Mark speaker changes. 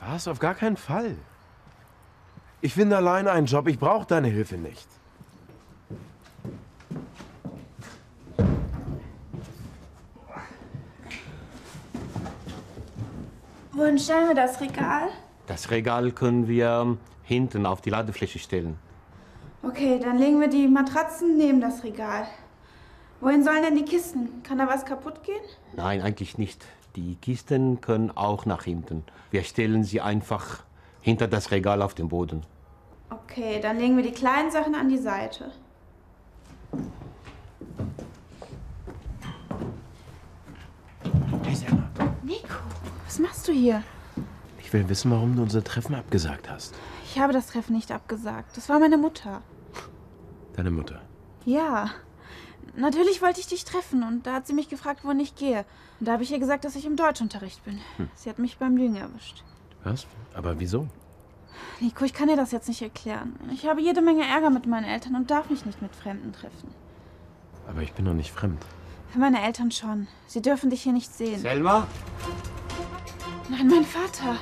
Speaker 1: Das auf gar keinen Fall. Ich finde allein einen Job. Ich brauche deine Hilfe nicht.
Speaker 2: Wohin stellen wir das Regal?
Speaker 3: Das Regal können wir hinten auf die Ladefläche stellen.
Speaker 2: Okay, dann legen wir die Matratzen neben das Regal. Wohin sollen denn die Kisten? Kann da was kaputt gehen?
Speaker 3: Nein, eigentlich nicht. Die Kisten können auch nach hinten. Wir stellen sie einfach hinter das Regal auf den Boden.
Speaker 2: Okay, dann legen wir die kleinen Sachen an die Seite.
Speaker 1: Hey, Selma.
Speaker 2: Nico, was machst du hier?
Speaker 1: Ich will wissen, warum du unser Treffen abgesagt hast.
Speaker 2: Ich habe das Treffen nicht abgesagt. Das war meine Mutter.
Speaker 1: Deine Mutter.
Speaker 2: Ja. Natürlich wollte ich dich treffen und da hat sie mich gefragt, wohin ich gehe. Und da habe ich ihr gesagt, dass ich im Deutschunterricht bin. Sie hat mich beim Lügen erwischt.
Speaker 1: Was? Aber wieso?
Speaker 2: Nico, ich kann dir das jetzt nicht erklären. Ich habe jede Menge Ärger mit meinen Eltern und darf mich nicht mit Fremden treffen.
Speaker 1: Aber ich bin doch nicht fremd.
Speaker 2: Meine Eltern schon. Sie dürfen dich hier nicht sehen.
Speaker 3: Selma?
Speaker 2: Nein, mein Vater.